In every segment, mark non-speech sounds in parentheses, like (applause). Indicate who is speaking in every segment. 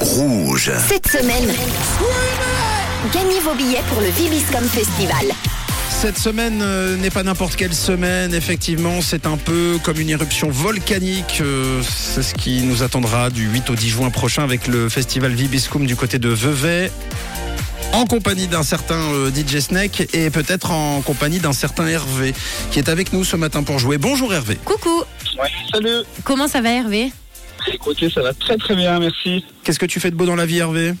Speaker 1: Rouge.
Speaker 2: Cette semaine, gagnez vos billets pour le Vibiscom Festival.
Speaker 3: Cette semaine euh, n'est pas n'importe quelle semaine, effectivement, c'est un peu comme une éruption volcanique. euh, c'est ce qui nous attendra du 8 au 10 juin prochain avec le festival Vibiscum du côté de Vevey. En compagnie d'un certain euh, DJ Snake et peut-être en compagnie d'un certain Hervé qui est avec nous ce matin pour jouer. Bonjour Hervé.
Speaker 4: Coucou,
Speaker 5: Ouais, salut.
Speaker 4: comment ça va Hervé
Speaker 5: Écoutez, ça va très très bien, merci.
Speaker 3: Qu'est-ce que tu fais de beau dans la vie Hervé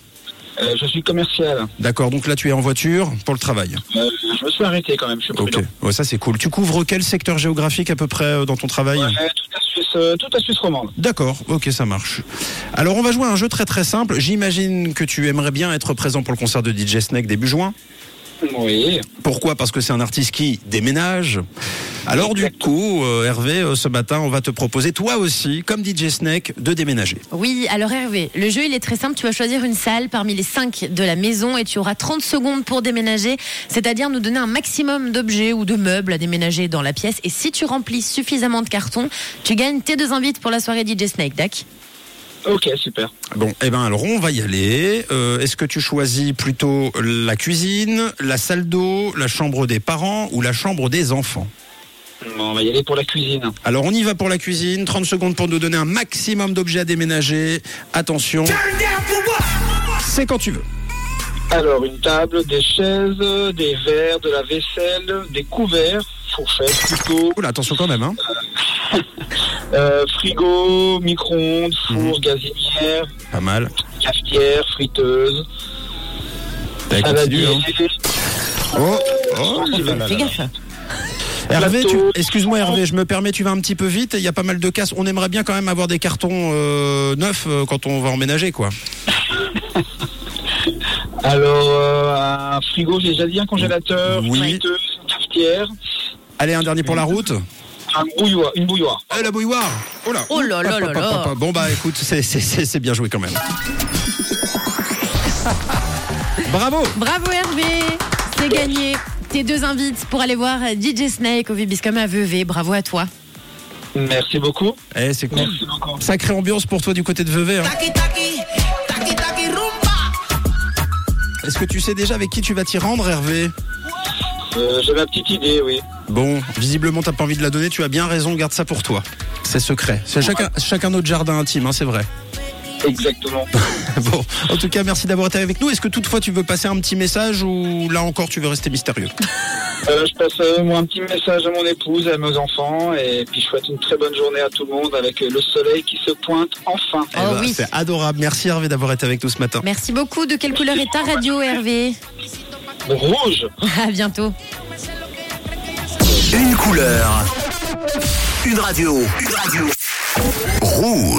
Speaker 5: Euh, je suis commercial.
Speaker 3: D'accord, donc là tu es en voiture pour le travail.
Speaker 5: Euh, je me suis arrêté quand même, je suis prudent.
Speaker 3: Ouais, ça c'est cool. Tu couvres quel secteur géographique à peu près euh, dans ton travail
Speaker 5: Ouais, toute la Suisse, euh, toute la Suisse romande.
Speaker 3: D'accord, ok, ça marche. Alors, on va jouer à un jeu très très simple. J'imagine que tu aimerais bien être présent pour le concert de DJ Snake début juin.
Speaker 5: Oui.
Speaker 3: Pourquoi Parce que c'est un artiste qui déménage. Alors, du coup, euh, Hervé, euh, ce matin, on va te proposer, toi aussi, comme DJ Snake, de déménager.
Speaker 4: Oui, alors Hervé, le jeu il est très simple, tu vas choisir une salle parmi les 5 de la maison et tu auras 30 secondes pour déménager, c'est-à-dire nous donner un maximum d'objets ou de meubles à déménager dans la pièce et si tu remplis suffisamment de cartons, tu gagnes tes deux invites pour la soirée DJ Snake, Dac.
Speaker 5: Ok, super.
Speaker 3: Bon, eh ben, alors, on va y aller. Euh, Est-ce que tu choisis plutôt la cuisine, la salle d'eau, la chambre des parents ou la chambre des enfants
Speaker 5: Bon, on va y aller pour la cuisine.
Speaker 3: Alors on y va pour la cuisine, 30 secondes pour nous donner un maximum d'objets à déménager. Attention. C'est quand tu veux.
Speaker 5: Alors, une table, des chaises, des verres, de la vaisselle, des couverts, fourchettes, couteaux,
Speaker 3: Oula, attention quand même. Hein.
Speaker 5: euh, frigo, micro-ondes,
Speaker 3: Mhm.
Speaker 5: four, gazinière,
Speaker 3: Pas mal.
Speaker 5: cafetière, friteuse,
Speaker 3: Allez, continue,
Speaker 5: saladier,
Speaker 3: hein. Oh, oh, là, là,
Speaker 4: Fais
Speaker 3: là.
Speaker 4: gaffe.
Speaker 3: Hervé, tu- excuse-moi Hervé, je me permets, tu vas un petit peu vite. Il y a pas mal de casses. On aimerait bien quand même avoir des cartons euh, neufs euh, quand on va emménager, quoi.
Speaker 5: Alors, euh, un frigo, j'ai déjà dit, un congélateur,
Speaker 3: Oui.
Speaker 5: une friteuse, une cafetière,
Speaker 3: Allez, un dernier pour la route.
Speaker 5: un bouilloire, une bouilloire.
Speaker 3: Eh, la bouilloire. Oh là.
Speaker 4: Oh là là là là.
Speaker 3: Bon bah écoute, c'est- c'est c'est- c'est bien joué quand même. (laughs) Bravo.
Speaker 4: Bravo Hervé, c'est gagné. Tes deux invites pour aller voir DJ Snake au Vibiscom à Vevey, bravo à toi.
Speaker 5: Merci beaucoup.
Speaker 3: Eh, c'est cool.
Speaker 5: Merci beaucoup.
Speaker 3: Sacrée ambiance pour toi du côté de Vevey. hein.
Speaker 6: Taki taki, taki taki rumba.
Speaker 3: Est-ce que tu sais déjà avec qui tu vas t'y rendre, Hervé
Speaker 5: Euh, J'avais une petite idée, oui.
Speaker 3: Bon, visiblement, t'as pas envie de la donner, tu as bien raison, garde ça pour toi. C'est secret. C'est chacun, chacun notre jardin intime, hein, c'est vrai. (laughs)
Speaker 5: Exactement.
Speaker 3: Bon, en tout cas, merci d'avoir été avec nous. Est-ce que toutefois tu veux passer un petit message ou là encore tu veux rester mystérieux
Speaker 5: Euh, je passe euh, moi, un petit message à mon épouse, à mes enfants, et puis je souhaite une très bonne journée à tout le monde avec euh, le soleil qui se pointe enfin.
Speaker 3: Eh ben,
Speaker 4: oui.
Speaker 3: C'est adorable. Merci Hervé d'avoir été avec nous ce matin.
Speaker 4: Merci beaucoup, de quelle couleur est ta radio Hervé
Speaker 5: ben, Rouge
Speaker 4: À bientôt.
Speaker 1: Une couleur. Une radio. Une radio. Rouge.